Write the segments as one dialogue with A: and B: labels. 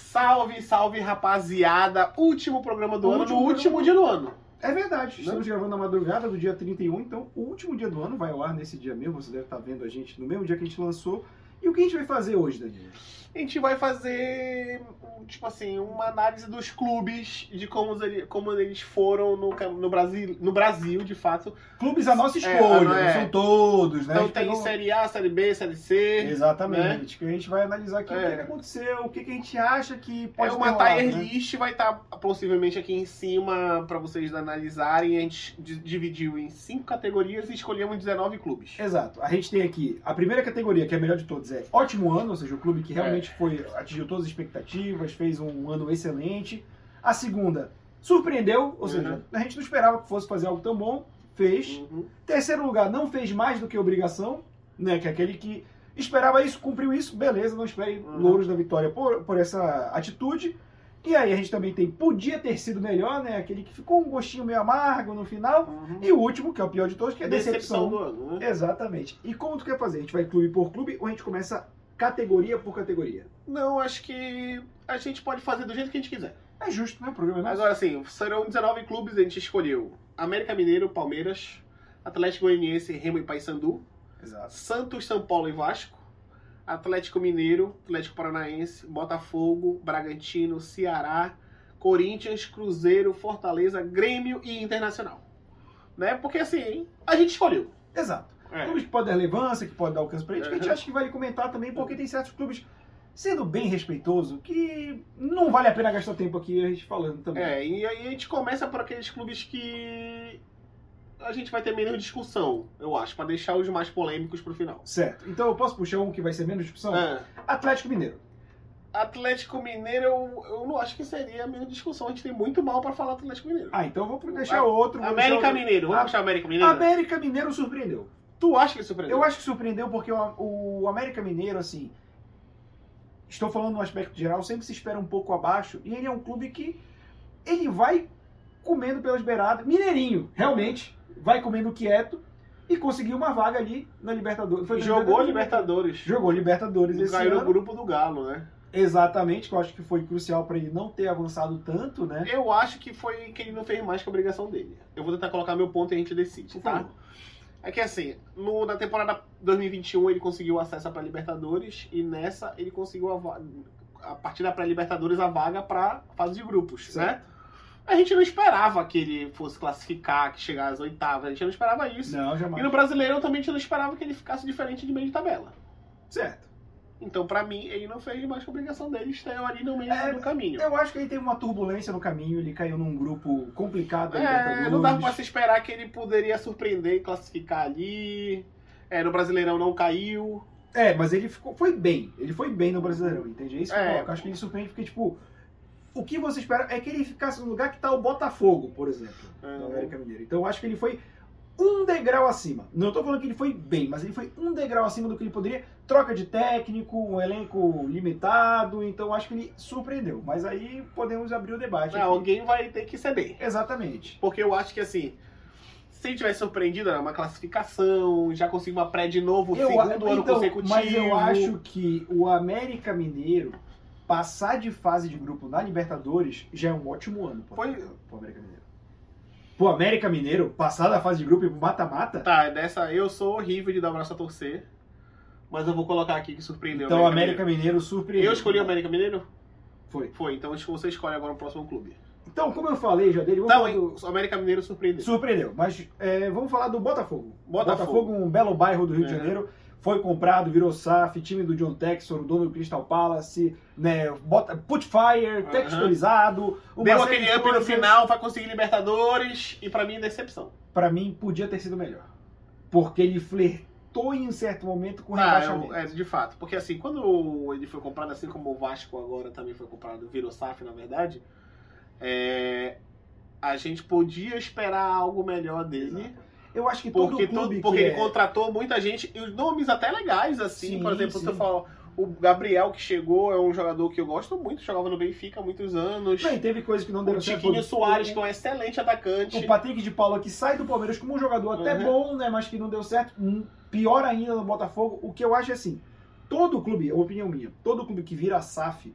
A: Salve, salve, rapaziada. Último programa do
B: O
A: ano,
B: último
A: no último dia do ano.
B: É
A: Né?
B: verdade, estamos gravando na madrugada do dia 31, então o último dia do ano vai ao ar nesse dia mesmo, você deve estar vendo a gente no mesmo dia que a gente lançou. E o que a gente vai fazer hoje, Danilo?
A: A gente vai fazer, um, tipo assim, uma análise dos clubes, de como, ele- como eles foram no, ca- no, Brasil, no Brasil, de fato.
B: Clubes à nossa
A: É,
B: escolha,
A: não
B: não,
A: é.
B: são todos, né? A
A: Então
B: gente
A: tem
B: pegou-
A: Série A, Série B, Série C.
B: Exatamente, que a gente vai analisar aqui o
A: É.
B: que que aconteceu, o que que a gente acha que pode
A: é uma
B: ter rolado,
A: tier
B: né?
A: list, vai estar possivelmente aqui em cima pra vocês analisarem. A gente di- dividiu em cinco categorias e escolhemos 19 clubes.
B: Exato. A gente tem aqui a primeira categoria, que é a melhor de todas, é ótimo ano, ou seja, o clube
A: É.
B: que realmente foi atingiu todas as expectativas, fez um ano excelente. A segunda, surpreendeu, ou
A: Uhum.
B: seja, a gente não esperava que fosse fazer algo tão bom, fez.
A: Uhum.
B: Terceiro lugar, não fez mais do que obrigação, né? Que é aquele que esperava isso, cumpriu isso, beleza, não espere
A: Uhum.
B: louros da vitória por, por essa atitude. E aí a gente também tem podia ter sido melhor, né? Aquele que ficou um gostinho meio amargo no final.
A: Uhum.
B: E o último, que é o pior de todos, que é decepção.
A: do ano, né?
B: Exatamente. E como tu quer fazer? A gente vai clube por clube ou a gente começa categoria por categoria?
A: Não, acho que a gente pode fazer do jeito que a gente quiser.
B: É justo, né? O programa é nosso.
A: Agora sim, assim, serão 19 clubes, a gente escolheu América Mineiro, Palmeiras, Atlético Goianiense, Remo e Paysandu,
B: Exato.
A: Santos, São Paulo e Vasco, Atlético Mineiro, Atlético Paranaense, Botafogo, Bragantino, Ceará, Corinthians, Cruzeiro, Fortaleza, Grêmio e Internacional. Né? Porque assim, a gente escolheu.
B: Exato.
A: É.
B: Clubes que podem dar relevância, que podem dar alcance pra gente, que a gente
A: Uhum.
B: acha que vale comentar também, porque tem certos clubes, sendo bem respeitoso, que não vale a pena gastar tempo aqui a gente falando também.
A: É, e aí a gente começa por aqueles clubes que a gente vai ter menos discussão, eu acho, pra deixar os mais polêmicos pro final.
B: Certo. Então eu posso puxar um que vai ser menos discussão?
A: Ah,
B: Atlético Mineiro.
A: Atlético Mineiro, eu, eu não acho que seria menos discussão. A gente tem muito mal pra falar do Atlético Mineiro.
B: Ah, então eu vou deixar outro. vou
A: América
B: deixar outro.
A: Mineiro, vamos
B: Ah,
A: puxar América Mineiro?
B: América Mineiro surpreendeu.
A: Tu acha que é surpreendeu?
B: Eu acho que surpreendeu porque o, o América Mineiro, assim. Estou falando no aspecto geral, sempre se espera um pouco abaixo. E ele é um clube que. Ele vai comendo pelas beiradas. Mineirinho, realmente. Vai comendo quieto. E conseguiu uma vaga ali na Libertadores. Foi na
A: Jogou Libertadores.
B: é Jogou Libertadores esse
A: Caiu no
B: ano.
A: grupo do Galo, né?
B: Exatamente, que eu acho que foi crucial para ele não ter avançado tanto, né?
A: Eu acho que foi que ele não fez mais que a obrigação dele. Eu vou tentar colocar meu ponto e a gente decide,
B: Por
A: tá?
B: favor.
A: É que assim, no- na temporada 2021 ele conseguiu acesso pra Libertadores e nessa ele conseguiu a, va- a partir da pré-Libertadores a vaga pra fase de grupos, né? A gente não esperava que ele fosse classificar, que chegasse às oitavas, a gente não esperava isso.
B: Não,
A: E
B: jamais.
A: no Brasileirão também a gente não esperava que ele ficasse diferente de meio de tabela.
B: Certo.
A: Então, pra mim, ele não fez mais que a obrigação dele, estreou ali no meio
B: É,
A: do caminho.
B: Eu acho que ele teve uma turbulência no caminho, ele caiu num grupo complicado da
A: É,
B: Libertadores.
A: não dava pra se esperar que ele poderia surpreender e classificar ali. É, no Brasileirão não caiu.
B: É, mas ele ficou, foi bem. Ele foi bem no Brasileirão, entende? É isso que
A: É.
B: eu coloco. Acho que ele surpreende porque, tipo, o que você espera é que ele ficasse no lugar que tá o Botafogo, por exemplo,
A: É.
B: na América Mineira. Então eu acho que ele foi um degrau acima. Não tô falando que ele foi bem, mas ele foi um degrau acima do que ele poderia. Troca de técnico, um elenco limitado, então eu acho que ele surpreendeu. Mas aí podemos abrir o debate.
A: Ah,
B: aqui.
A: alguém vai ter que ceder.
B: Exatamente.
A: Porque eu acho que assim, se ele tivesse surpreendido, era uma classificação, já conseguiu uma pré de novo,
B: Eu a-
A: segundo ano
B: então,
A: consecutivo.
B: Mas eu acho que o América Mineiro passar de fase de grupo na Libertadores já é um ótimo ano pro,
A: Foi-
B: pro América Mineiro. Pro América Mineiro passar da fase de grupo e pro mata-mata?
A: Tá, dessa eu sou horrível de dar o braço a torcer. Mas eu vou colocar aqui que surpreendeu.
B: Então o
A: é Mineiro.
B: América Mineiro surpreendeu.
A: Eu escolhi o América Mineiro?
B: Foi.
A: Foi, então acho que você escolhe agora o próximo clube.
B: Então, como eu falei já dele, vamos
A: Então,
B: falar
A: o
B: do...
A: América Mineiro surpreendeu.
B: surpreendeu. Mas é, vamos falar do Botafogo.
A: Botafogo.
B: um belo bairro do Rio de
A: É.
B: Janeiro. Foi comprado, virou SAF, time do John Texor, dono do Crystal Palace, né? Bota, Putfire,
A: Aham.
B: texturizado. uma
A: Deu
B: série
A: aquele
B: de
A: up no
B: coisas.
A: final, vai conseguir Libertadores, e pra mim, decepção.
B: Pra mim podia ter sido melhor. Porque ele flertou em um certo momento com o
A: Tá,
B: rebaixamento.
A: eu- é, de fato. Porque assim, quando ele foi comprado, assim como o Vasco agora também foi comprado, virou SAF, na verdade, é, a gente podia esperar algo melhor dele.
B: Eu acho que todo
A: Porque,
B: clube
A: todo- porque
B: que
A: ele
B: é-
A: contratou muita gente, e os nomes até legais, assim.
B: Sim,
A: por exemplo,
B: sim.
A: se eu falar, o Gabriel que chegou é um jogador que eu gosto muito, jogava no Benfica há muitos anos.
B: Não, então, e teve coisa que não
A: o
B: deram certo.
A: Tiquinho Soares, que é
B: o...
A: um excelente atacante.
B: o Patrick de Paula que sai do Palmeiras como um jogador até
A: Uhum.
B: bom, né? Mas que não deu certo. Hum, Pior ainda no Botafogo. O que eu acho é assim: todo clube, é uma opinião minha, todo clube que vira SAF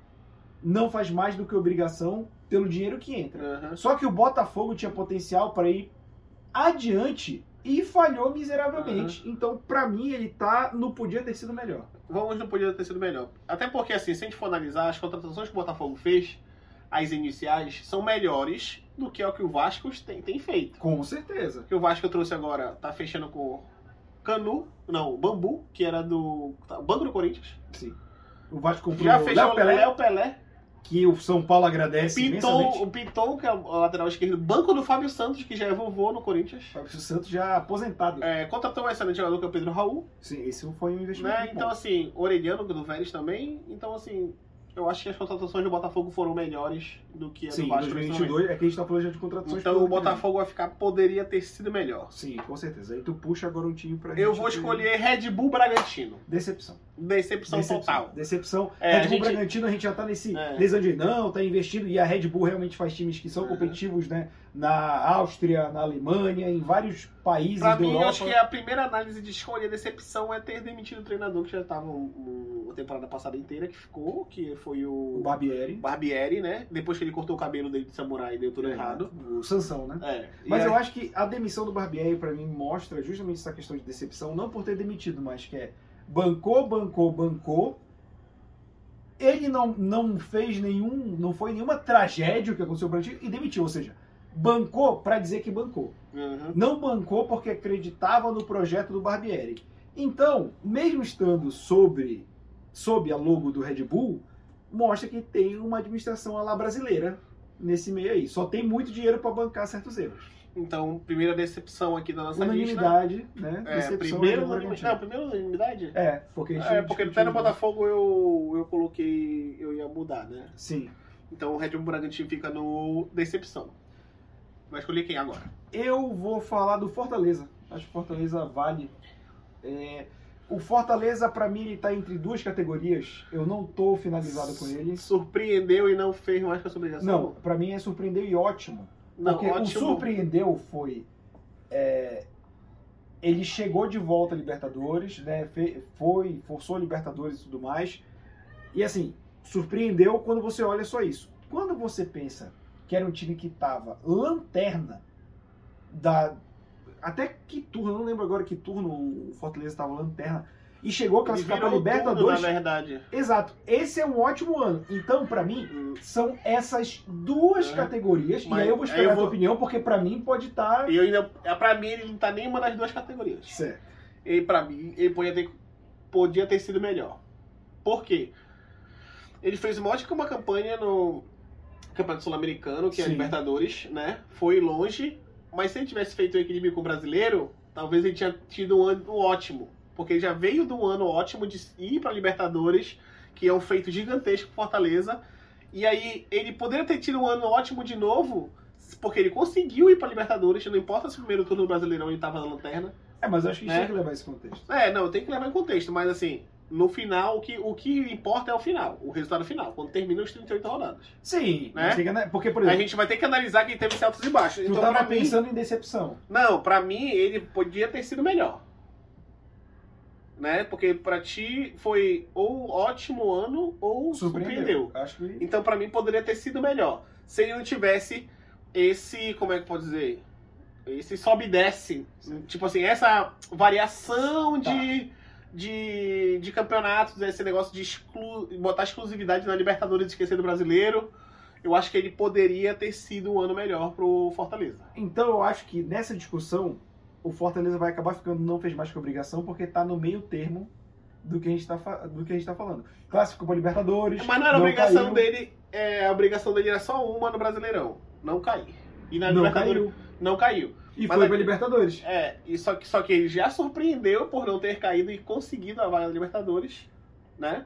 B: não faz mais do que obrigação pelo dinheiro que entra.
A: Aham.
B: Só que o Botafogo tinha potencial para ir adiante e falhou
A: Uhum.
B: miseravelmente. Então, para mim, ele tá no podia ter sido melhor.
A: Vamos, não podia ter sido melhor. Até porque, assim, se a gente for analisar, as contratações que o Botafogo fez, as iniciais, são melhores do que o que o Vasco tem, tem feito.
B: Com certeza.
A: O que o Vasco trouxe agora tá fechando com Canu, não, Bambu, que era do tá, Banco do Corinthians.
B: Sim. O Vasco comprou
A: Já
B: o
A: fechou
B: Léo Pelé,
A: Léo Pelé.
B: que o São Paulo agradece
A: Piton,
B: imensamente.
A: o Piton, que é o lateral esquerdo, banco do Fábio Santos, que já é vovô no Corinthians.
B: O Santos já aposentado.
A: É, contratou um excelente jogador que é o Pedro Raul,
B: Sim, esse foi um investimento.
A: né?
B: muito
A: Então,
B: bom.
A: assim, Orelhano do Vélez também. Então, assim, eu acho que as contratações do Botafogo foram melhores do que a do
B: Sim,
A: Vasco.
B: 2022 é que a gente tá falando já
A: principalmente.
B: de contratações.
A: Então,
B: pelo
A: o Botafogo vai ficar, poderia ter sido melhor.
B: né? Sim, com certeza. Aí tu puxa agora um time pra
A: Eu
B: gente
A: vou
B: ter-
A: escolher Red Bull Bragantino.
B: Decepção.
A: Decepção, total.
B: Decepção.
A: É,
B: Red
A: a
B: Bull
A: gente-
B: Bragantino, a gente já tá nesse
A: É.
B: desde onde não, tá investindo, e a Red Bull realmente faz times que são
A: Uhum.
B: competitivos, né? Na Áustria, na Alemanha, em vários países
A: Pra
B: da
A: mim, eu
B: Europa.
A: acho que a primeira análise de escolha decepção é ter demitido o treinador que já estava a temporada passada inteira, que ficou, que é foi
B: O
A: o
B: Barbieri.
A: Barbieri, né? Depois que ele cortou o cabelo dele de samurai, deu tudo errado.
B: O Sansão, né?
A: É.
B: É. Mas
A: E
B: eu acho que a demissão do Barbieri, pra mim, mostra justamente essa questão de decepção, não por ter demitido, mas que é bancou, bancou, bancou. Ele não, não fez nenhum, não foi nenhuma tragédia o que aconteceu para e demitiu, ou seja, bancou pra dizer que bancou.
A: aí- Uhum.
B: Não bancou porque acreditava no projeto do Barbieri. Então, mesmo estando sobre sob a logo do Red Bull, mostra que tem uma administração à la brasileira nesse meio aí. Só tem muito dinheiro para bancar certos erros.
A: Então, primeira decepção aqui da nossa lista.
B: Unanimidade, né?
A: É,
B: Decepção
A: primeiro
B: do
A: unanimidade.
B: Bragantino.
A: Não, primeiro unanimidade?
B: É, porque a gente
A: É, porque até
B: discutiu-
A: no Botafogo eu, eu coloquei. Eu ia mudar, né?
B: Sim.
A: Então o Red Bull Bragantino fica no decepção. Vai escolher quem agora?
B: Eu vou falar do Fortaleza. Acho que o Fortaleza vale. É, O Fortaleza, pra mim, ele tá entre duas categorias. Eu não tô finalizado com ele.
A: Surpreendeu e não fez mais que a sua obrigação?
B: Não, pra mim é surpreendeu e ótimo.
A: Não,
B: porque
A: ótimo.
B: o surpreendeu foi. é, ele chegou de volta à Libertadores, né? fe- Foi, forçou a Libertadores e tudo mais. E assim, surpreendeu quando você olha só isso. Quando você pensa que era um time que tava lanterna da. Até que turno, eu não lembro agora que turno o Fortaleza tava lanterna. E chegou a
A: Ele
B: classificar pra
A: virou né? tudo, na
B: Libertadores.
A: verdade.
B: Exato. Esse é um ótimo ano. Então, pra mim,
A: Hum,
B: são essas duas
A: É.
B: categorias.
A: Mas
B: e aí eu vou
A: aí
B: esperar
A: eu
B: a tua
A: vou-
B: opinião, porque pra mim pode tá estar.
A: E eu ainda. Pra mim, ele não tá nenhuma das duas categorias.
B: Certo.
A: E pra mim, ele podia ter, podia ter sido melhor. Por quê? Ele fez uma ótima campanha no Campeonato Sul-Americano, que é a
B: Sim.
A: Libertadores, né? Foi longe, mas se ele tivesse feito o equilíbrio com o brasileiro, talvez ele tinha tido um ano ótimo. Porque ele já veio de um ano ótimo de ir pra Libertadores, que é um feito gigantesco pro Fortaleza. E aí, ele poderia ter tido um ano ótimo de novo, porque ele conseguiu ir pra Libertadores, não importa se o primeiro turno do Brasileirão ele tava na lanterna.
B: É, mas eu acho que a gente
A: Né?
B: tem que levar esse contexto.
A: É, não, tem que levar em contexto, mas assim, no final, o que, o que importa é o final, o resultado final, quando terminam os 38 rodadas.
B: Sim,
A: Né?
B: mas tem que ana- porque, por
A: A
B: exemplo,
A: gente vai ter que analisar quem teve esses altos e baixos.
B: tu
A: Então, pra
B: tava
A: mim,
B: pensando em decepção.
A: não, pra mim, ele podia ter sido melhor. Né? Porque pra ti foi ou ótimo ano ou surpreendeu.
B: Acho que.
A: Então, pra mim, poderia ter sido melhor. Se ele não tivesse esse, como é que eu posso dizer? Esse sobe e desce. Tipo assim, essa variação
B: Tá.
A: de, de, de campeonatos, esse negócio de exclu- botar exclusividade na Libertadores e esquecer do brasileiro. Eu acho que ele poderia ter sido um ano melhor pro Fortaleza.
B: Então eu acho que nessa discussão, o Fortaleza vai acabar ficando não fez mais que obrigação, porque tá no meio termo do que a gente tá, fa- do que a gente tá falando. Clássico pra Libertadores.
A: Mas não era
B: não
A: obrigação
B: caiu,
A: dele. É, a obrigação dele era só uma no Brasileirão. Não cair. E na
B: Não
A: Libertadores
B: caiu.
A: não caiu.
B: E
A: Mas
B: foi
A: a-
B: pra Libertadores. Então,
A: É, e só que, só que ele já surpreendeu por não ter caído e conseguido a vaga da Libertadores, né?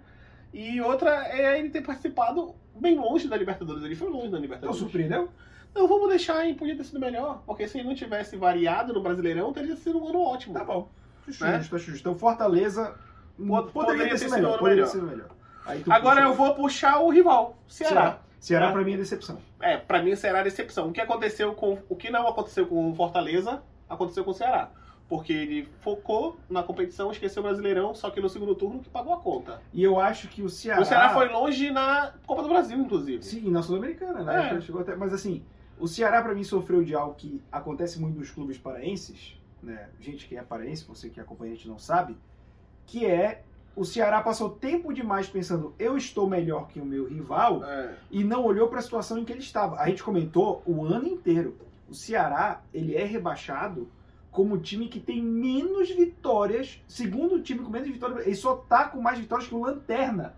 A: E outra é ele ter participado bem longe da Libertadores. Ele foi longe da
B: Então
A: Libertadores.
B: surpreendeu?
A: Não, vamos deixar, hein? Podia ter sido melhor. Porque se ele não tivesse variado no Brasileirão, teria sido um ano ótimo.
B: Tá bom. Justo,
A: Né?
B: justo, justo. Então Fortaleza
A: Pod-
B: poderia ter sido melhor.
A: um
B: Poderia ter
A: melhor.
B: sido melhor. Aí tu
A: Agora
B: puxa.
A: eu vou puxar o rival, Ceará.
B: Ceará. Ceará
A: É.
B: pra mim é decepção.
A: É, pra mim o Ceará é decepção. O que aconteceu com. O que não aconteceu com o Fortaleza, aconteceu com o Ceará. Porque ele focou na competição, esqueceu o Brasileirão, só que no segundo turno que pagou a conta.
B: E eu acho que o Ceará.
A: O Ceará foi longe na Copa do Brasil, inclusive.
B: Sim, na Sul-Americana, né?
A: É.
B: Chegou até... Mas assim, o Ceará pra mim sofreu de algo que acontece muito nos clubes paraenses, né? Gente que é paraense, você que acompanha a gente não sabe, que é o Ceará passou tempo demais pensando, eu estou melhor que o meu rival,
A: É.
B: e não olhou para a situação em que ele estava. A gente comentou o ano inteiro. O Ceará, ele é rebaixado como o time que tem menos vitórias, segundo o time com menos vitórias, ele só tá com mais vitórias que o Lanterna.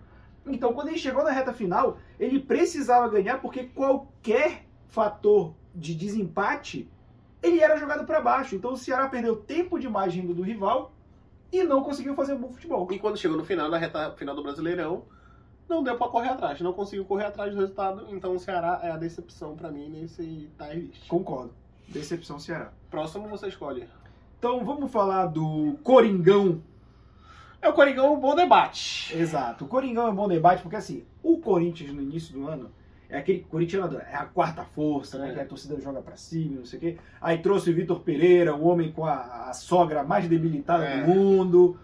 B: Então, quando ele chegou na reta final, ele precisava ganhar porque qualquer fator de desempate, ele era jogado para baixo. Então, o Ceará perdeu tempo demais rindo do rival e não conseguiu fazer um bom futebol.
A: E quando chegou no final, na reta final do Brasileirão, não deu pra correr atrás, não conseguiu correr atrás do resultado, então o Ceará é a decepção pra mim nesse tier list.
B: Concordo. Decepção Ceará.
A: Próximo você escolhe.
B: Então, vamos falar do Coringão
A: É o Coringão, um bom debate.
B: Exato. O Coringão é um bom debate, porque assim, o Corinthians no início do ano é aquele corintiano adora, é a quarta força, né?
A: É.
B: Que a torcida joga pra cima, não sei o quê. Aí trouxe o Vitor Pereira, o homem com a, a sogra mais debilitada
A: É.
B: do mundo.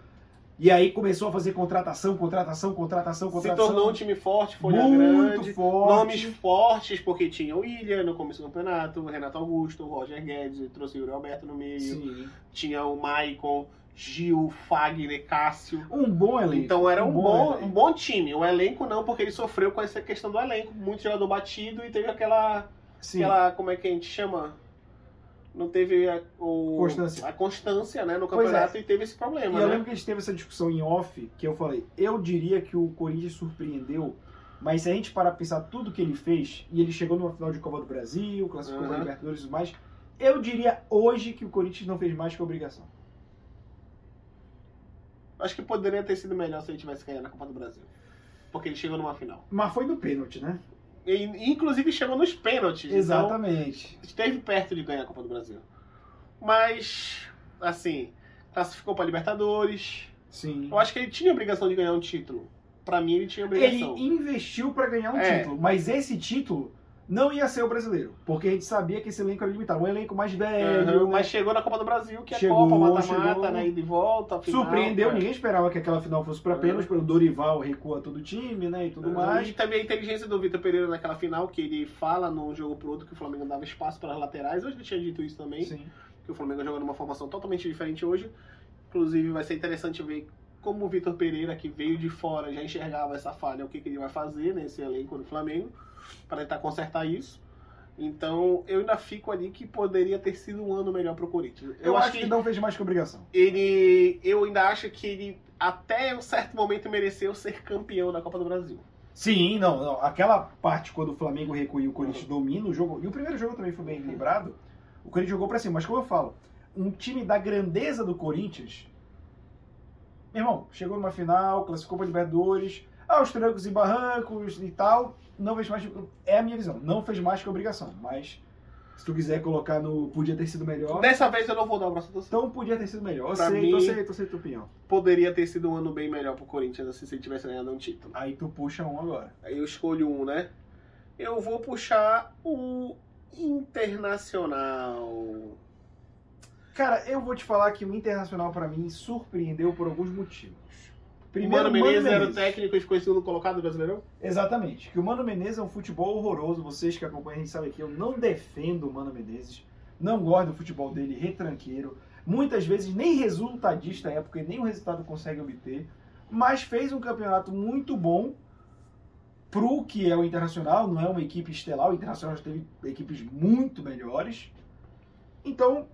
B: E aí começou a fazer contratação, contratação, contratação,
A: Se
B: contratação.
A: tornou um time forte, folha
B: muito
A: grande.
B: forte.
A: Nomes fortes, porque tinha o William no começo do campeonato, o Renato Augusto, o Roger Guedes, trouxe o Yuri Alberto no meio,
B: Sim.
A: tinha o Maicon, Gil, Fagner, Cássio.
B: Um bom elenco.
A: Então era um, bom,
B: elenco.
A: um bom time. O elenco não, porque ele sofreu com essa questão do elenco. Muito jogador batido e teve aquela.
B: Sim.
A: aquela como é que a gente chama? Não teve a, o-
B: Constância.
A: a constância né, no
B: Pois é.
A: campeonato e teve esse problema.
B: E eu
A: né?
B: lembro que a gente teve essa discussão em off, que eu falei, eu diria que o Corinthians surpreendeu, mas se a gente parar pra pensar tudo que ele fez, e ele chegou numa final de Copa do Brasil, classificou
A: Uhum.
B: na Libertadores e tudo mais, eu diria hoje que o Corinthians não fez mais que obrigação.
A: Acho que poderia ter sido melhor se ele tivesse ganhado a Copa do Brasil. Porque ele chegou numa final.
B: Mas foi no pênalti, né?
A: E, inclusive chegou nos pênaltis. Então,
B: Exatamente.
A: esteve perto de ganhar a Copa do Brasil. Mas, assim, classificou para Libertadores.
B: Sim.
A: Eu acho que ele tinha a obrigação de ganhar um título. Pra mim, ele tinha a
B: Ele
A: obrigação.
B: investiu pra ganhar um
A: É.
B: título, mas esse título não ia ser o brasileiro, porque a gente sabia que esse elenco era limitado, um elenco mais velho,
A: Uhum,
B: né?
A: Mas chegou na Copa do Brasil, que é
B: Chegou,
A: Copa,
B: chegou.
A: mata-mata, né? Ida e volta. Final,
B: Surpreendeu,
A: é.
B: ninguém esperava que aquela final fosse pra
A: É.
B: pênalti, pelo Dorival recua todo o time, né, e tudo
A: E
B: mais.
A: também a inteligência do Vitor Pereira naquela final, que ele fala num jogo pro outro que o Flamengo dava espaço para as laterais. Hoje ele tinha dito isso também,
B: Sim.
A: que o Flamengo joga numa formação totalmente diferente hoje. Inclusive, vai ser interessante ver como o Vitor Pereira, que veio de fora, já enxergava essa falha, o que, que ele vai fazer nesse elenco do Flamengo, para tentar consertar isso. Então, eu ainda fico ali que poderia ter sido um ano melhor pro Corinthians.
B: Eu, acho que... não fez mais que obrigação.
A: ele. Eu ainda acho que ele, até um certo momento, mereceu ser campeão da Copa do Brasil.
B: Sim, não, não. Aquela parte quando o Flamengo recua e o Corinthians domina o jogo, e o primeiro jogo também foi bem equilibrado, o Corinthians jogou pra cima. Mas como eu falo, um time da grandeza do Corinthians, meu irmão, chegou numa final, classificou pra Libertadores, aos trancos e barrancos e tal, não fez mais... É a minha visão, não fez mais que obrigação, mas... Se tu quiser colocar no podia ter sido melhor,
A: Dessa vez eu não vou dar um o braço a torcer.
B: Então podia ter sido melhor. Eu
A: Né? Pra
B: sei,
A: mim-
B: eu sei, eu sei tua opinião.
A: Poderia ter sido um ano bem melhor pro Corinthians assim, se ele tivesse ganhado um título.
B: Aí tu puxa um agora.
A: Aí eu escolho um, né? Eu vou puxar o Internacional.
B: Cara, eu vou te falar que o Internacional pra mim surpreendeu por alguns motivos.
A: Primeiro, Mano
B: Primeiro,
A: Menezes era o técnico e ficou em segundo colocado do Brasileirão?
B: Exatamente. Que o Mano Menezes é um futebol horroroso. Vocês que acompanham a gente sabem que eu não defendo o Mano Menezes. Não gosto do futebol dele, retranqueiro. Muitas vezes nem resultadista é, porque nem o resultado consegue obter. Mas fez um campeonato muito bom pro que é o Internacional. Não é uma equipe estelar. O Internacional já teve equipes muito melhores. Então,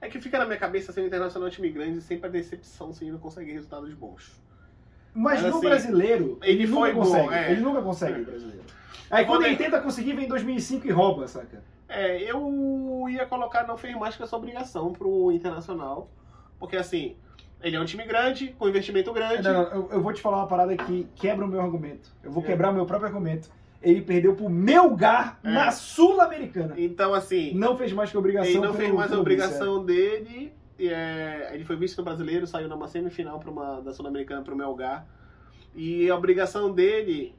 A: É que fica na minha cabeça sendo internacional é um time grande e sempre a decepção se ele não consegue resultados bons.
B: Mas,
A: Mas,
B: no
A: assim,
B: brasileiro,
A: ele
B: ele, nunca
A: foi bom,
B: consegue.
A: é.
B: Ele nunca consegue, o brasileiro. Aí quando ele tenta conseguir, vem em 2005 e rouba, saca?
A: É, eu ia colocar não fez mais que a sua obrigação pro Internacional. Porque assim, ele é um time grande, com investimento grande.
B: Não, não, eu, eu vou te falar uma parada que quebra o meu argumento. Eu vou
A: É.
B: quebrar o meu próprio argumento. Ele perdeu pro Melgar
A: É.
B: na Sul-Americana.
A: Então, assim.
B: Não fez mais que obrigação.
A: Ele não
B: pelo
A: fez mais a
B: clube, certo?
A: obrigação dele. e, é, ele foi visto no brasileiro, saiu numa semifinal pra uma, da Sul-Americana pro Melgar. E a obrigação dele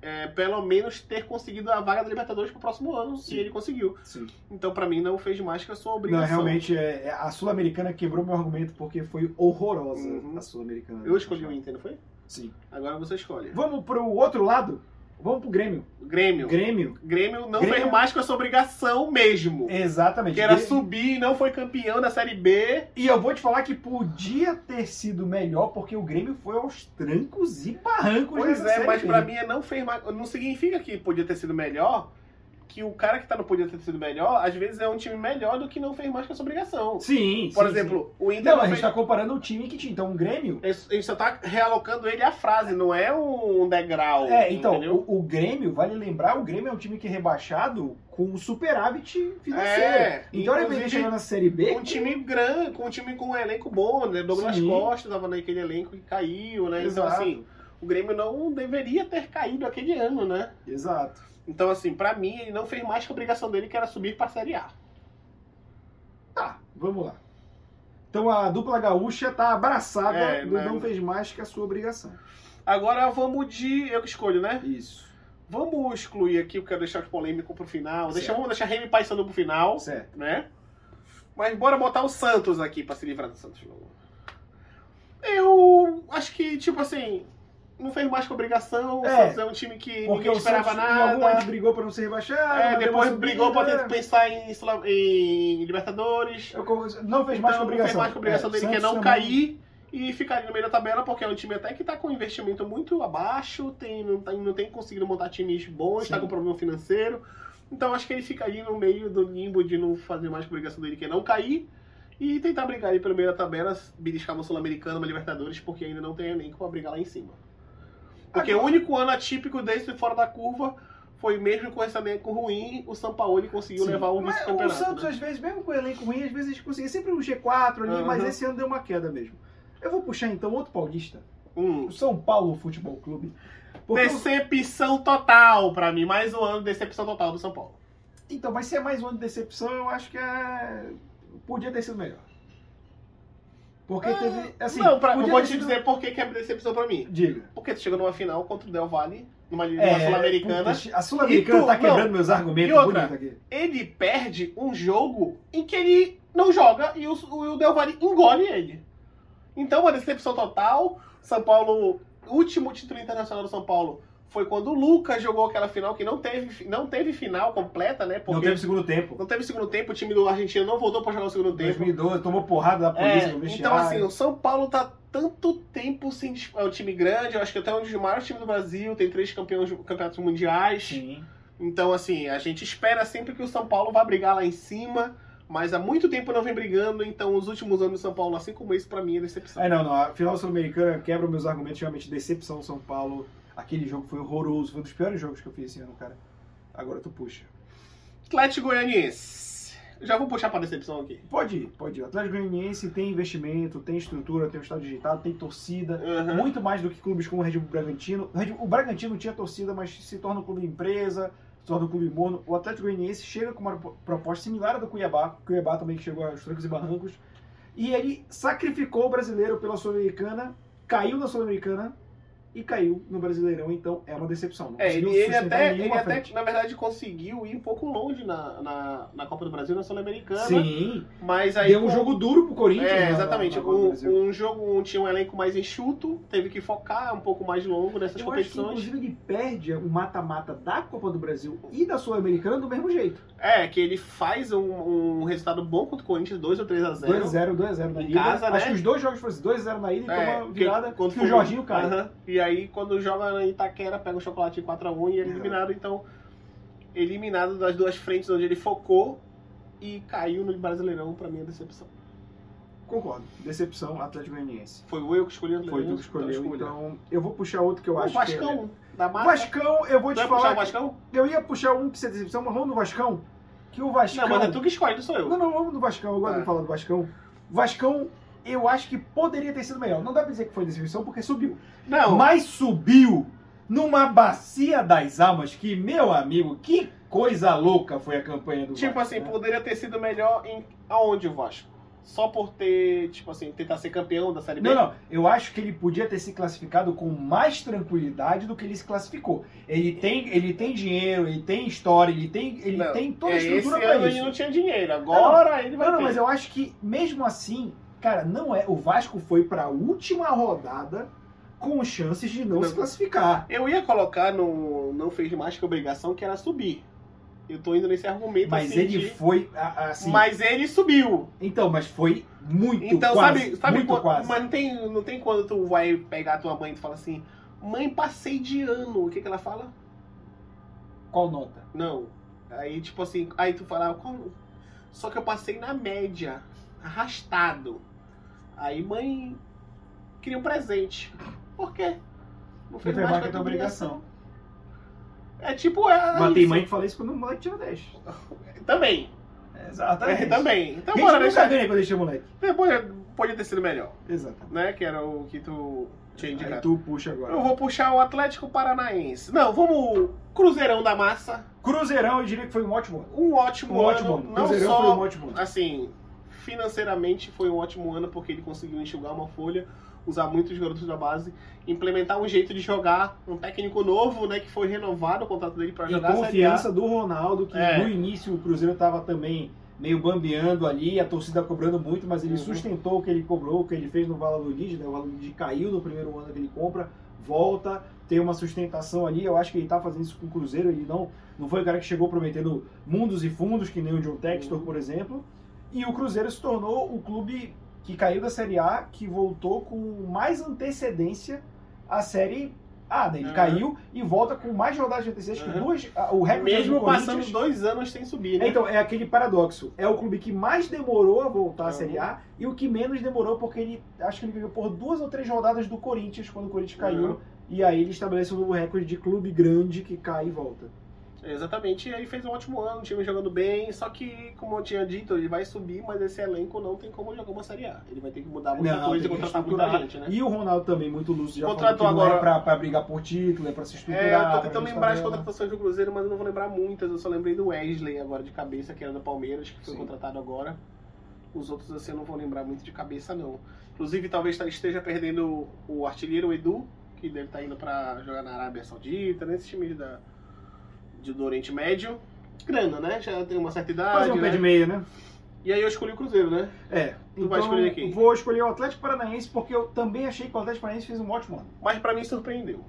A: é, pelo menos ter conseguido a vaga da Libertadores pro próximo ano,
B: Sim.
A: e ele conseguiu.
B: Sim.
A: Então, pra mim, não fez mais que a sua
B: Não,
A: obrigação.
B: realmente, é, é, a Sul-Americana quebrou meu argumento porque foi horrorosa
A: Uhum.
B: a Sul-Americana.
A: Eu escolhi o Inter, não foi?
B: Sim.
A: Agora você escolhe.
B: Vamos pro outro lado? Vamos pro Grêmio.
A: Grêmio.
B: Grêmio.
A: Grêmio não
B: Grêmio-
A: fez mais que a sua obrigação mesmo.
B: Exatamente.
A: Que era
B: Grêmio-
A: subir e não foi campeão da Série B.
B: E eu vou te falar que podia ter sido melhor porque o Grêmio foi aos trancos e barrancos
A: Pois
B: nessa
A: é,
B: Série
A: mas
B: B.
A: pra mim é não fez mais. Não significa que podia ter sido melhor. Que o cara que tá no podia ter sido melhor, às vezes é um time melhor do que não fez mais que a sua obrigação.
B: Sim,
A: Por
B: sim,
A: exemplo, o
B: sim.
A: Inter
B: Não,
A: não
B: a
A: fez-
B: gente tá comparando o time que tinha. Então, o Grêmio.
A: A gente só tá realocando ele à frase, não é um degrau.
B: É, então,
A: entendeu?
B: o, o Grêmio, vale lembrar, o Grêmio é um time que é rebaixado com superávit financeiro.
A: É,
B: Então, olha bem, ele
A: inclusive,
B: chegou na Série B.
A: um time grande, com um time com um elenco bom, né? Douglas
B: Sim.
A: Costa tava naquele elenco que caiu, né?
B: Exato.
A: Então, assim, o Grêmio não deveria ter caído aquele ano, né?
B: Exato.
A: Então, assim, pra mim, ele não fez mais que a obrigação dele, que era subir pra Série A.
B: Tá, vamos lá. Então, a dupla gaúcha tá abraçada
A: É,
B: do
A: né?
B: não fez mais que a sua obrigação.
A: Agora vamos de. Eu que escolho, né?
B: Isso.
A: Vamos excluir aqui, porque eu quero deixar os polêmicos pro final. Deixa,
B: Certo.
A: vamos deixar Remy Paissandu pro final,
B: Certo.
A: né? Mas bora botar o Santos aqui pra se livrar do Santos logo. Eu acho que, tipo assim, não fez mais que obrigação. O
B: É.
A: Santos é um time que
B: Porque
A: ninguém
B: o
A: esperava
B: Santos, em algum
A: nada.
B: momento, brigou pra não ser rebaixado.
A: É,
B: mas deu
A: depois
B: uma
A: brigou pra
B: subida.
A: tentar pensar em, Sula- em Libertadores.
B: Eu con- Não fez
A: Então,
B: mais que
A: não fez
B: obrigação.
A: mais que obrigação
B: É,
A: dele, que é
B: Santos
A: não
B: também-
A: cair e ficar ali no meio da tabela, porque é um time até que tá com investimento muito abaixo, tem, não, tem, não tem conseguido montar times bons,
B: Sim.
A: tá com problema financeiro. Então acho que ele fica ali no meio do limbo de não fazer mais que obrigação dele, que é não cair. E tentar brigar ali pelo meio da tabela, beliscar uma Sul-Americana, uma Libertadores, porque ainda não tem elenco pra brigar lá em cima. Porque o único ano atípico desse fora da curva foi mesmo com esse elenco ruim, o Sampaoli conseguiu
B: Sim.
A: levar o
B: Mas
A: vice-campeonato.
B: O Santos,
A: né?
B: às vezes, mesmo com o elenco ruim, às vezes conseguia sempre um G4 ali, mas
A: Aham.
B: esse ano deu uma queda mesmo. Eu vou puxar então outro paulista,
A: Hum.
B: o São Paulo Futebol Clube. Porque o-
A: Decepção total pra mim. Mais um ano de decepção total do São Paulo.
B: Então, vai ser mais um ano de decepção, eu acho que é... podia ter sido melhor. Porque
A: Ah,
B: teve. Assim,
A: não, pra, eu
B: podia
A: vou
B: ter
A: te
B: sido-
A: dizer por que que é decepção pra mim.
B: Diga.
A: Porque tu chegou numa final contra o Del Valle, numa, numa
B: É,
A: Sul-Americana.
B: puta, A Sul-Americana
A: E tu,
B: tá quebrando
A: não.
B: meus argumentos
A: E outra?
B: bonito aqui.
A: Ele perde um jogo em que ele não joga e o, o Del Valle engole ele. Então, uma decepção total. São Paulo, o último título internacional do São Paulo foi quando o Lucas jogou aquela final que não teve, não teve final completa, né? Porque
B: Não teve segundo tempo.
A: não teve segundo tempo, o time do Argentino não voltou pra jogar o segundo tempo.
B: 2012, tomou porrada da polícia
A: É,
B: no vestiário.
A: então, assim, o São Paulo tá tanto tempo sem. dis- É um time grande, eu acho que até um dos maiores times do Brasil, tem três campeões, campeonatos mundiais.
B: Sim.
A: Então, assim, a gente espera sempre que o São Paulo vá brigar lá em cima, mas há muito tempo não vem brigando, então os últimos anos do São Paulo, assim como esse, pra mim é decepção.
B: É, não, não. A final sul-americana quebra meus argumentos. Realmente, decepção São Paulo. Aquele jogo foi horroroso. Foi um dos piores jogos que eu fiz esse ano, cara. Agora tu puxa.
A: Atlético Goianiense. Já vou puxar pra decepção aqui.
B: Pode ir, pode ir. O Atlético Goianiense tem investimento, tem estrutura, tem um estádio digitado, tem torcida.
A: Uhum.
B: Muito mais do que clubes como o Red Bull Bragantino. O Red Bull- O Bragantino tinha torcida, mas se torna um clube empresa, se torna um clube mono. O Atlético Goianiense chega com uma pro- proposta similar à do Cuiabá. O Cuiabá também que chegou aos trancos e barrancos. E ele sacrificou o brasileiro pela Sul-Americana, caiu na Sul-Americana e caiu no Brasileirão. Então é uma decepção. Não
A: É,
B: conseguiu
A: ele, ele
B: sustentar
A: até, ele
B: né? nenhuma
A: até,
B: frente.
A: na verdade, conseguiu ir um pouco longe na, na, na Copa do Brasil, na Sul-Americana.
B: Sim,
A: Mas aí.
B: deu um
A: com-
B: jogo duro pro Corinthians. na-
A: É,
B: na-
A: exatamente.
B: na Copa do
A: Um-
B: Brasil.
A: um, jogo um, tinha um elenco mais enxuto, teve que focar um pouco mais longo nessas
B: Eu acho que,
A: competições.
B: inclusive, ele perde o mata-mata da Copa do Brasil e da Sul-Americana do mesmo jeito.
A: É, que ele faz um, um resultado bom contra o Corinthians, 2 ou 3 a 0
B: 2x0, 2x0 na
A: Em
B: ilha.
A: casa,
B: Acho
A: né?
B: que os dois jogos foram 2x0 na ilha e
A: É,
B: toma virada
A: porque quando
B: que
A: for-
B: o Jorginho cai.
A: Aham. E aí, quando joga na Itaquera, pega o chocolate 4x1 e é
B: Exato.
A: eliminado. Então, eliminado das duas frentes onde ele focou e caiu no Brasileirão, pra mim, é decepção.
B: Concordo. Decepção Atlético Goianiense.
A: Foi o eu que escolhi o
B: Foi
A: Atlético,
B: tu que escolheu, então eu vou puxar outro que eu
A: O
B: acho que
A: é. Vascão, da
B: é...
A: Mata.
B: Vascão, eu vou
A: Tu
B: te
A: vai puxar
B: falar...
A: o Vascão?
B: que- Eu ia puxar um pra ser decepção, mas vamos no Vascão, que o Vascão...
A: Não, mas é tu que escolhe, não sou eu.
B: Não, não, vamos no Vascão, eu gosto
A: Tá.
B: de falar do Vascão. Vascão, eu acho que poderia ter sido melhor. Não dá pra dizer que foi decepção, porque subiu.
A: Não,
B: Mas subiu numa bacia das almas que, meu amigo, que coisa louca foi a campanha do
A: Tipo
B: Vasco,
A: assim,
B: né?
A: poderia ter sido melhor em aonde o Vasco? só por ter, tipo assim, tentar ser campeão da Série B?
B: Não, não. Eu acho que ele podia ter se classificado com mais tranquilidade do que ele se classificou. Ele tem, ele tem dinheiro, ele tem história, ele tem, ele
A: Não,
B: tem toda a
A: É,
B: estrutura
A: esse
B: pra
A: ano
B: isso.
A: ele não tinha dinheiro. Agora ele vai
B: Não, não,
A: ter.
B: mas eu acho que mesmo assim, cara, não é. O Vasco foi pra última rodada com chances de não,
A: Não.
B: se classificar.
A: Eu ia colocar no Não Fez Mais Que Obrigação, que era subir. Eu tô indo nesse argumento
B: Mas
A: assim,
B: ele
A: de-
B: foi a- a- assim.
A: Mas ele subiu.
B: Então, mas foi muito
A: Então,
B: quase,
A: sabe, sabe
B: muito
A: quando-
B: quase.
A: Mas não tem, não tem quando tu vai pegar a tua mãe e tu fala assim, mãe, passei de ano. O que, que ela fala?
B: Qual nota?
A: Não. Aí, tipo assim, aí tu fala, "Como? só que eu passei na média, arrastado. Aí, mãe, queria um presente. Por quê? Não
B: Foi mais que a tua obrigação.
A: É tipo, é.
B: Mas tem
A: isso. É,
B: mãe que fala isso quando o moleque tinha 10.
A: Também.
B: Exatamente.
A: É, também. Então,
B: Gente,
A: bora
B: eu
A: deixar.
B: nunca ganhei quando eu tinha moleque.
A: Depois podia ter sido melhor,
B: Exatamente.
A: né? Que era o que tu tinha
B: Aí
A: indicado.
B: tu puxa agora.
A: Eu vou puxar o Atlético Paranaense. Não, vamos. Cruzeirão da Massa.
B: Cruzeirão, eu diria que foi um ótimo ano.
A: Um ótimo
B: Um
A: ano.
B: ótimo ano.
A: Não
B: Cruzeirão
A: só
B: foi um ótimo ano.
A: assim, financeiramente foi um ótimo ano porque ele conseguiu enxugar uma folha, usar muitos garotos da base, implementar um jeito de jogar, um técnico novo, né, que foi renovado o contrato dele para
B: E
A: jogar a Série A.
B: confiança do Ronaldo, que
A: É.
B: no início o Cruzeiro estava também meio bambeando ali, a torcida cobrando muito, mas ele
A: Uhum.
B: sustentou o que ele cobrou, o que ele fez no Valladolid, né? O Valladolid caiu no primeiro ano que ele compra, volta, tem uma sustentação ali. Eu acho que ele tá fazendo isso com o Cruzeiro, ele não, não foi o cara que chegou prometendo mundos e fundos, que nem o John Textor,
A: Uhum.
B: por exemplo. E o Cruzeiro se tornou o clube que caiu da Série A, que voltou com mais antecedência à Série A, né? Ele
A: Uhum.
B: caiu e volta com mais rodadas de antecedência, acho que
A: Uhum.
B: duas, a- o recorde é do
A: Mesmo
B: Corinthians.
A: passando dois anos sem subir, né?
B: Então, é aquele paradoxo. É o clube que mais demorou a voltar à
A: Uhum.
B: Série A e o que menos demorou, porque ele acho que ele ganhou por duas ou três rodadas do Corinthians quando o Corinthians caiu.
A: Uhum.
B: E aí ele estabelece um novo recorde de clube grande que cai e volta.
A: Exatamente, e aí fez um ótimo ano, o time jogando bem, só que, como eu tinha dito, ele vai subir, mas esse elenco não tem como jogar uma Série A. Ele vai ter que mudar muita
B: Não,
A: coisa e
B: tem que
A: contratar muita
B: reestruturar.
A: gente, né?
B: E o Ronaldo também, muito lúcido, já
A: Contratou
B: falou que não é
A: agora-
B: pra, pra brigar por título, é pra se estruturar.
A: É, eu tô
B: pra
A: tentando
B: ver
A: lembrar as
B: tabela.
A: contratações do Cruzeiro, mas eu não vou lembrar muitas. Eu só lembrei do Wesley agora de cabeça, que era do Palmeiras, que foi
B: Sim.
A: contratado agora. Os outros assim eu não vou lembrar muito de cabeça, não. Inclusive, talvez tá, esteja perdendo o artilheiro Edu, que deve estar indo pra jogar na Arábia Saudita, nesse time da, de, do Oriente Médio. Grana, né? Já tem uma certa idade.
B: Fazer um pé
A: né?
B: de meia, né?
A: E aí eu escolhi o Cruzeiro, né?
B: É.
A: Tu vai escolher quem?
B: Vou escolher o Atlético Paranaense porque eu também achei que o Atlético Paranaense fez um ótimo ano.
A: Mas pra mim surpreendeu.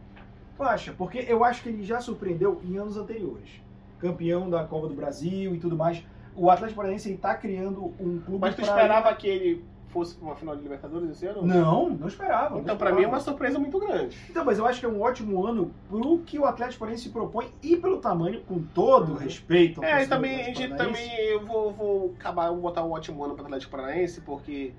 B: Tu acha? Porque eu acho que ele já surpreendeu em anos anteriores. Campeão da Copa do Brasil e tudo mais. O Atlético Paranaense ele tá criando um clube.
A: Mas tu
B: pra-
A: esperava que ele fosse pra uma final de Libertadores esse ano?
B: Não, não esperava. não
A: Então, pra
B: esperava.
A: mim é uma surpresa muito grande.
B: Então, mas eu acho que é um ótimo ano pro que o Atlético Paranaense se propõe e pelo tamanho, com todo o respeito. ao
A: É, e
B: torcedor
A: também,
B: do
A: a gente,
B: Atlético Paranaense.
A: também eu vou, vou acabar, eu vou botar um ótimo ano para Atlético Paranaense, porque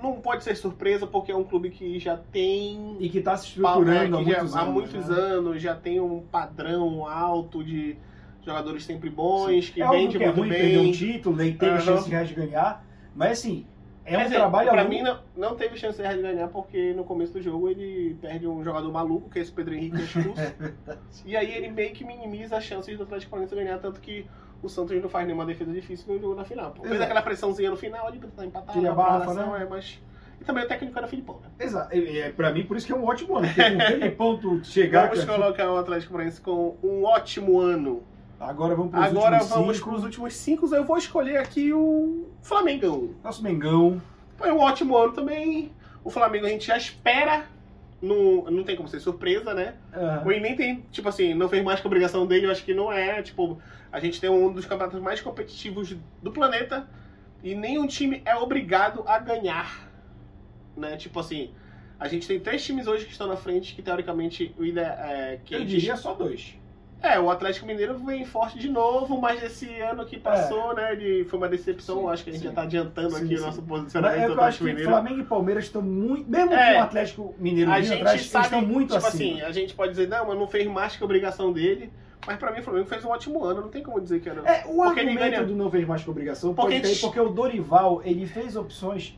A: não pode ser surpresa, porque é um clube que já tem.
B: E que tá se
A: né,
B: estruturando
A: que
B: há
A: já-
B: muitos anos.
A: há muitos
B: né?
A: anos, já tem um padrão alto de jogadores sempre bons, que
B: é óbvio
A: vende
B: que é
A: muito
B: ruim perder um
A: bem.
B: título, nem teve
A: Aham.
B: chance reais de ganhar. Mas assim, é um
A: Quer dizer,
B: trabalho
A: Pra
B: a
A: mim, não, não teve chance de ganhar, porque no começo do jogo ele perde um jogador maluco, que é esse Pedro Henrique, que é expulso. e aí ele meio que minimiza as chances do Atlético Paranaense ganhar, tanto que o Santos não faz nenhuma defesa difícil no jogo na final. pô. Fez
B: Exato.
A: aquela pressãozinha no final, ele tá empatado,
B: Tira a
A: na
B: barra,
A: prorrogação, é, mas... E também o técnico era o Filipão, né?
B: Exato. É, é, pra mim, por isso que é um ótimo ano. Porque com aquele ponto chegar.
A: Vamos
B: cara,
A: colocar o Atlético Paranaense com um ótimo ano.
B: Agora vamos pros
A: Agora
B: últimos
A: vamos
B: cinco.
A: para os últimos cinco. Eu vou escolher aqui o Flamengo.
B: Nosso Mengão.
A: Foi um ótimo ano também. O Flamengo a gente já espera. Não, não tem como ser surpresa, né?
B: Ah,
A: O Inês nem tem, tipo assim, não fez mais que a obrigação dele, eu acho que não é. Tipo, a gente tem um dos campeonatos mais competitivos do planeta e nenhum time é obrigado a ganhar, né? Tipo assim, a gente tem três times hoje que estão na frente, que teoricamente o ide- é, que a
B: eu
A: gente-
B: diria só dois.
A: é, o Atlético Mineiro vem forte de novo, mas esse ano que passou, né, ele foi uma decepção,
B: É. Sim,
A: acho que a gente
B: sim.
A: já tá adiantando
B: Sim,
A: aqui o
B: sim.
A: nosso
B: Mas
A: posicionamento
B: é
A: tá do
B: que eu acho
A: Atlético
B: que
A: Mineiro.
B: Flamengo e Palmeiras estão muito. Mesmo
A: É.
B: com o Atlético Mineiro
A: a
B: vindo
A: gente
B: atrás,
A: sabe,
B: eles estão muito
A: tipo
B: acima.
A: assim, a gente pode dizer, não, mas não fez mais que a obrigação dele, mas pra mim o Flamengo fez um ótimo ano, não tem como dizer que era.
B: É, o
A: Porque ele
B: argumento
A: ganha.
B: do não fez mais que obrigação
A: Porque
B: pode cair
A: eles-
B: porque o Dorival ele fez opções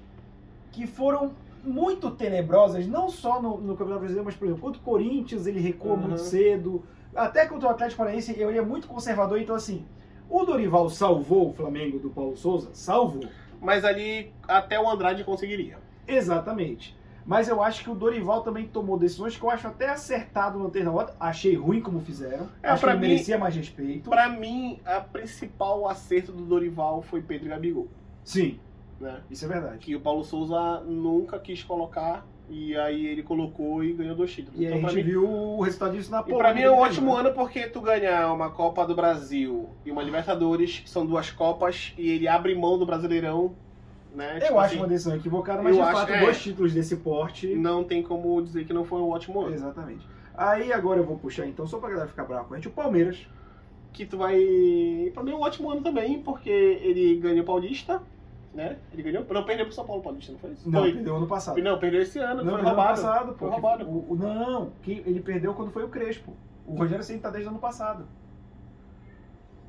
B: que foram muito tenebrosas, não só no, no Campeonato Brasileiro, mas, por exemplo, contra o Corinthians ele recuou
A: Uhum.
B: muito cedo, até contra o Atlético Paranaense ele é muito conservador, então assim, o Dorival salvou o Flamengo do Paulo Souza? Salvou.
A: mas ali até o Andrade conseguiria.
B: Exatamente. Mas eu acho que o Dorival também tomou decisões que eu acho até acertado no ter na hora. Achei ruim como fizeram.
A: É,
B: acho que
A: pra
B: ele
A: mim-
B: merecia mais respeito.
A: Pra mim, a principal acerto do Dorival foi Pedro e Gabigol,
B: Sim,
A: né?
B: isso é verdade.
A: Que o Paulo Souza nunca quis colocar e aí ele colocou e ganhou dois títulos.
B: E aí a
A: Então, pra
B: gente
A: mim,
B: viu o resultado disso na né?
A: E pra mim é um ótimo
B: ano.
A: ano porque tu ganhar uma Copa do Brasil e uma Libertadores, que são duas Copas, e ele abre mão do Brasileirão, né?
B: Eu
A: Tipo
B: acho
A: assim,
B: uma decisão equivocada, mas
A: eu
B: de
A: acho-
B: fato,
A: é.
B: dois títulos desse porte.
A: Não tem como dizer que não foi um ótimo ano.
B: Exatamente. Aí agora eu vou puxar então, só pra galera ficar brava com a gente, o Palmeiras.
A: Que tu vai. Pra mim é um ótimo ano também, porque ele ganhou Paulista, né? Ele ganhou. Não, perdeu pro São Paulo Paulista, não foi isso?
B: Não,
A: foi.
B: perdeu ano passado.
A: Não, perdeu esse ano,
B: Não,
A: foi
B: perdeu ano
A: roubado.
B: passado, pô.
A: Foi
B: que-
A: roubado.
B: o- o- não, que ele perdeu quando foi o Crespo. O Rogério Ceni tá desde o ano passado.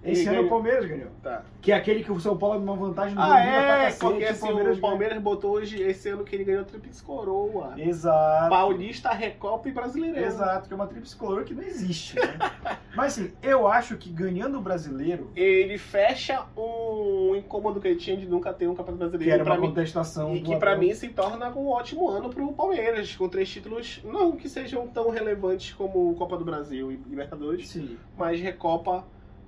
B: Esse
A: Ele
B: ano é
A: ganhou.
B: o Palmeiras ganhou.
A: Tá.
B: Que é aquele que o São Paulo é uma vantagem no
A: Ah,
B: domingo pra
A: é,
B: cacete,
A: porque assim, o Palmeiras,
B: ganhou.
A: botou hoje esse ano que ele ganhou a Tríplice Coroa.
B: Exato.
A: Paulista, Recopa e Brasileirão.
B: Exato, que é uma tríplice color que não existe. né? Mas assim, eu acho que ganhando o brasileiro,
A: ele fecha um incômodo que ele tinha de nunca ter um campeonato
B: que
A: brasileiro
B: era
A: e pra
B: uma
A: mim,
B: contestação.
A: e
B: do
A: que pra
B: Abel.
A: mim se torna um ótimo ano pro Palmeiras, com três títulos, não que sejam tão relevantes como Copa do Brasil e Libertadores,
B: Sim.
A: mas Recopa,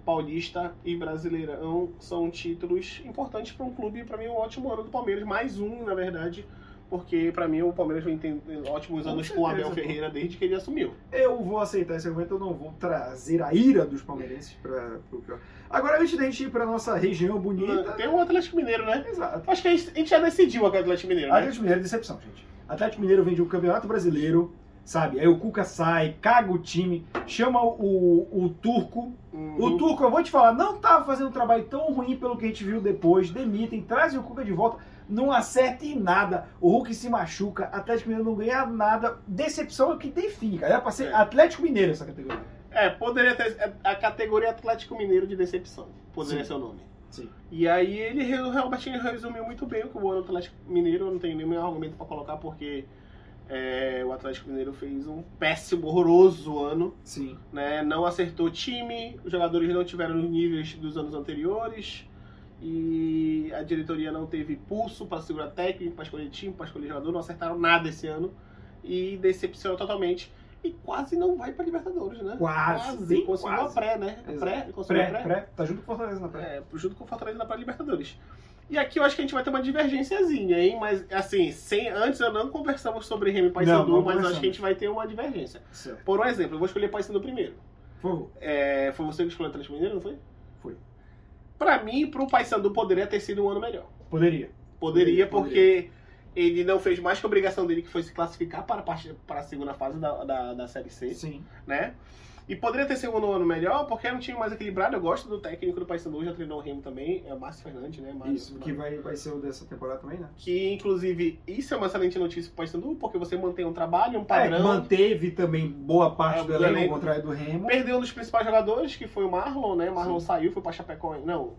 A: Paulista e Brasileirão são títulos importantes para um clube, pra mim é um ótimo ano do Palmeiras, mais um, na verdade, porque pra mim o Palmeiras vem tendo ótimos
B: Com
A: anos com o Abel
B: certeza, pô.
A: Ferreira desde que ele assumiu.
B: Eu vou aceitar esse argumento, eu não vou trazer a ira dos palmeirenses para o pior. Agora, antes da gente ir para nossa região bonita.
A: Tem o Atlético Mineiro, né?
B: Exato.
A: Acho que a gente a gente já decidiu aquele Atlético Mineiro, né?
B: Atlético Mineiro é decepção, gente. Atlético Mineiro vende o Campeonato Brasileiro, sabe? Aí o Cuca sai, caga o time, chama o, o, o Turco. O
A: Uhum.
B: Turco, eu vou te falar, não tava fazendo um trabalho tão ruim pelo que a gente viu depois. Demitem, trazem o Cuca de volta, não acerta em nada. O Hulk se machuca, Atlético Mineiro não ganha nada. Decepção é o que define, cara. Era pra ser
A: É.
B: Atlético Mineiro essa categoria.
A: É, poderia ter. A categoria Atlético Mineiro de Decepção. Poderia
B: Sim.
A: ser o nome.
B: Sim.
A: E aí ele re- o Robertinho resumiu muito bem o que o ano do Atlético Mineiro, eu não tenho nenhum argumento pra colocar, porque é, o Atlético Mineiro fez um péssimo, horroroso ano,
B: Sim.
A: né? Não acertou time, os jogadores não tiveram os níveis dos anos anteriores. E a diretoria não teve pulso pra segurar técnico, pra escolher time, pra escolher jogador, não acertaram nada esse ano. E decepcionou totalmente. E quase não vai pra Libertadores, né?
B: Quase. bem
A: conseguiu a pré, né?
B: Exato.
A: Pré, conseguiu a
B: Pré,
A: pré.
B: pré. Tá junto com o Fortaleza na pré.
A: É, junto com o Fortaleza na pré-Libertadores. E aqui eu acho que a gente vai ter uma divergênciazinha, hein? Mas, assim, sem, antes eu não conversamos sobre Remy e
B: Não, não
A: Paysandu, mas eu acho
B: conversamos.
A: que a gente vai ter uma divergência.
B: Certo.
A: Por um exemplo, eu vou escolher Paysandu primeiro.
B: Por favor.
A: É, foi você que escolheu o Atlético Mineiro, não foi?
B: Foi.
A: Pra mim, pro Paysandu poderia ter sido um ano melhor.
B: Poderia.
A: Poderia,
B: Poderia,
A: porque ele não fez mais que a obrigação dele, que foi se classificar para a, parte, para a segunda fase da, da, da Série C
B: Sim.
A: né? E poderia ter sido um ano melhor, porque era um time mais equilibrado. Eu gosto do técnico do Paysandu, já treinou o Remo também, é o Márcio Fernandes, né? Márcio
B: Isso. Que vai, vai ser o dessa temporada também, né?
A: Que, inclusive, isso é uma excelente notícia pro Paysandu, porque você mantém um trabalho, um
B: É,
A: padrão.
B: manteve também boa parte
A: É,
B: do
A: do
B: elenco, ao
A: elenco.
B: contrário do Remo.
A: Perdeu um dos principais jogadores, que foi o Marlon, né? Marlon saiu, foi pra Chapecó. Não,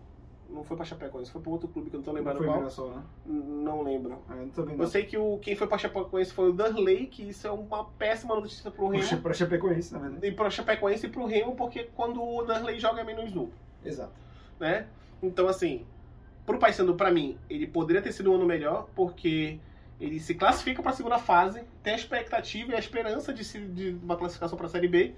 A: não foi pra Chapecó, isso foi pro outro clube que eu não tô
B: Não
A: lembrando
B: foi
A: qual.
B: Mirassol, né?
A: N- Não lembro.
B: É, não tô vendo.
A: Eu sei que o, quem foi pra Chapecoense foi o Darley, que isso é uma péssima notícia pro
B: não.
A: Remo.
B: Pra Chapecoense, né? na verdade.
A: E pro Chapecoense e pro Remo, porque quando o Darley joga é menos um.
B: Exato.
A: né? Então, assim, pro Paysandu, pra mim, ele poderia ter sido um ano melhor, porque ele se classifica pra segunda fase, tem a expectativa e a esperança de, se, de uma classificação pra Série B,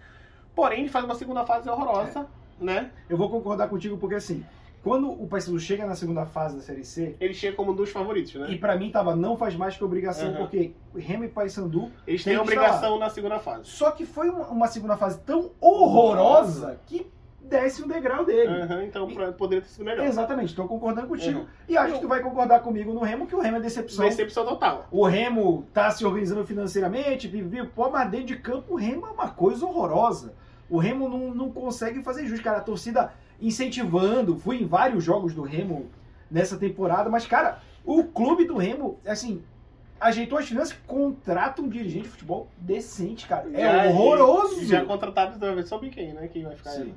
A: porém, ele faz uma segunda fase horrorosa,
B: É.
A: né?
B: Eu vou concordar contigo porque, assim, quando o Paysandu chega na segunda fase da Série C,
A: Ele chega como um dos favoritos, né?
B: e pra mim tava não faz mais que obrigação,
A: Aham.
B: porque Remo e Paysandu
A: Eles
B: tem
A: têm a
B: que estar lá.
A: obrigação na segunda fase.
B: Só que foi uma, uma segunda fase tão horrorosa que desce um degrau dele.
A: Aham, então, pra, poderia ter sido melhor.
B: Exatamente, estou concordando contigo.
A: Uhum.
B: E acho que tu vai concordar comigo no Remo, que o Remo é decepção.
A: Decepção total.
B: O Remo tá se organizando financeiramente, vive, pô, mas dentro de campo o Remo é uma coisa horrorosa. O Remo não, não consegue fazer jus, cara. A torcida incentivando, fui em vários jogos do Remo nessa temporada, mas, cara, o clube do Remo, assim, ajeitou as finanças, contrata um dirigente de futebol decente, cara. É
A: Já-
B: horroroso!
A: Ah, Já contratados, deve ver sobre quem, né? Quem vai ficar
B: Sim.
A: aí.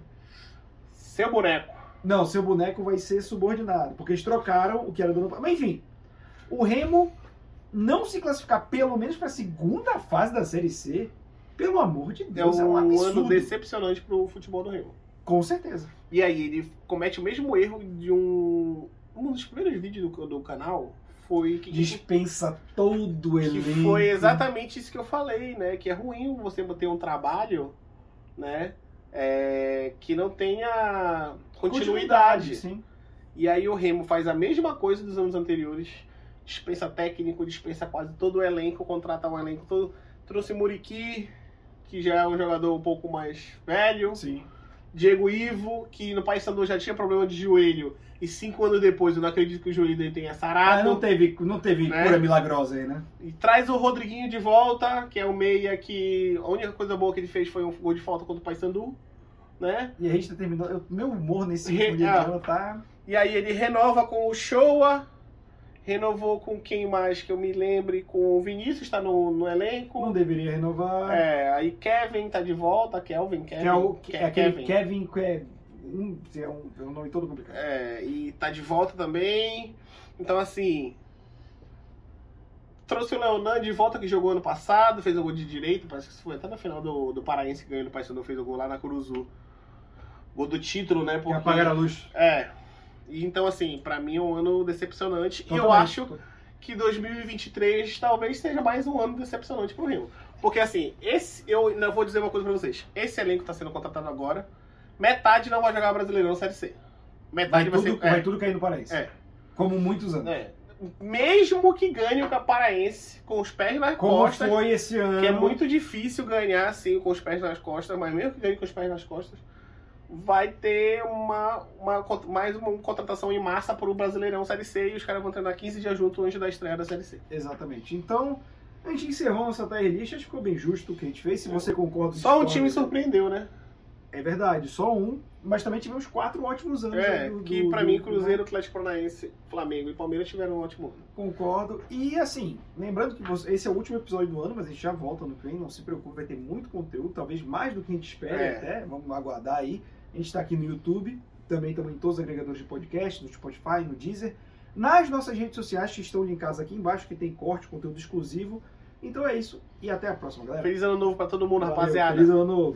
A: Seu boneco.
B: Não, seu boneco vai ser subordinado, porque eles trocaram o que era do ano. Mas enfim, o Remo não se classificar pelo menos para a segunda fase da Série C, pelo amor de
A: É
B: Deus, é, um
A: um
B: absurdo.
A: ano decepcionante pro futebol do Remo.
B: Com certeza.
A: E aí ele comete o mesmo erro de um um dos primeiros vídeos do, do canal foi que,
B: Dispensa todo o
A: que
B: elenco.
A: foi exatamente isso que eu falei, né? Que é ruim você ter um trabalho, né? é, que não tenha continuidade.
B: Sim.
A: E aí o Remo faz a mesma coisa dos anos anteriores. Dispensa técnico, dispensa quase todo o elenco, contrata um elenco todo. Trouxe Muriqui, que já é um jogador um pouco mais velho.
B: Sim.
A: Diego Ivo, que no País Sandu já tinha problema de joelho. E cinco anos depois, eu não acredito que o joelho dele tenha
B: Ah,
A: sarado.
B: não teve, não teve
A: Né?
B: cura milagrosa aí, né?
A: E traz o Rodriguinho de volta, que é o meia que a única coisa boa que ele fez foi um gol de falta contra o Paysandu, né?
B: E a gente tá terminando. eu- meu humor nesse
A: Re-
B: programa tá.
A: E aí ele renova com o Showa, renovou com quem mais que eu me lembre, com o Vinícius, tá no, no
B: Não
A: elenco.
B: deveria renovar.
A: É, aí Kevin tá de volta, Kelvin, Kevin.
B: que é, o, que
A: Ke-
B: é aquele
A: Kevin.
B: Kevin, que é. Um, é um, é um nome todo complicado.
A: É, e tá de volta também. Então, assim. Trouxe o Leonan de volta que jogou ano passado, fez o gol de direito, parece que isso foi até na final do, do Paraense que ganhou do Paysandu, fez o gol lá na Curuzu. Gol do título, né?
B: Porque...
A: Porque,
B: Apagar a luz.
A: é. E Então, assim, pra mim é um ano decepcionante. e eu
B: Totalmente.
A: acho que 2023 talvez seja mais um ano decepcionante pro Remo. Porque assim, esse. Eu ainda vou dizer uma coisa pra vocês. Esse elenco tá sendo contratado agora. Metade não vai jogar Brasileirão Série C.
B: Vai,
A: Metade vai,
B: tudo,
A: ser. é,
B: vai tudo cair no paraíso.
A: É.
B: Como muitos anos.
A: é. Mesmo que ganhe o Caparaense com os pés nas
B: Como
A: costas.
B: foi esse ano.
A: Que é muito difícil ganhar assim com os pés nas costas, mas mesmo que ganhe com os pés nas costas, vai ter uma, uma cont- mais uma contratação em massa pro Brasileirão Série C e os caras vão treinar 15 dias junto antes da estreia da Série C.
B: Exatamente. Então, a gente encerrou nossa tier list. Acho que ficou bem justo o que a gente fez. Se você concorda
A: Só um
B: discorda,
A: time surpreendeu, né?
B: É verdade, só um. Mas também tivemos quatro ótimos anos.
A: É,
B: aí do-
A: que
B: do-
A: pra
B: do-
A: mim
B: do-
A: Cruzeiro, Atlético Paranaense, Flamengo e Palmeiras tiveram um ótimo ano.
B: Concordo. E assim, lembrando que você- esse é o último episódio do ano, mas a gente já volta no que vem, não se preocupe, vai ter muito conteúdo, talvez mais do que a gente espera
A: É.
B: até. Vamos aguardar aí. A gente está aqui no YouTube, também estamos em todos os agregadores de podcast, no Spotify, no Deezer, nas nossas redes sociais que estão linkadas aqui embaixo, que tem corte, conteúdo exclusivo. Então é isso e até a próxima, galera.
A: Feliz ano novo pra todo mundo,
B: Valeu,
A: rapaziada.
B: Feliz ano novo.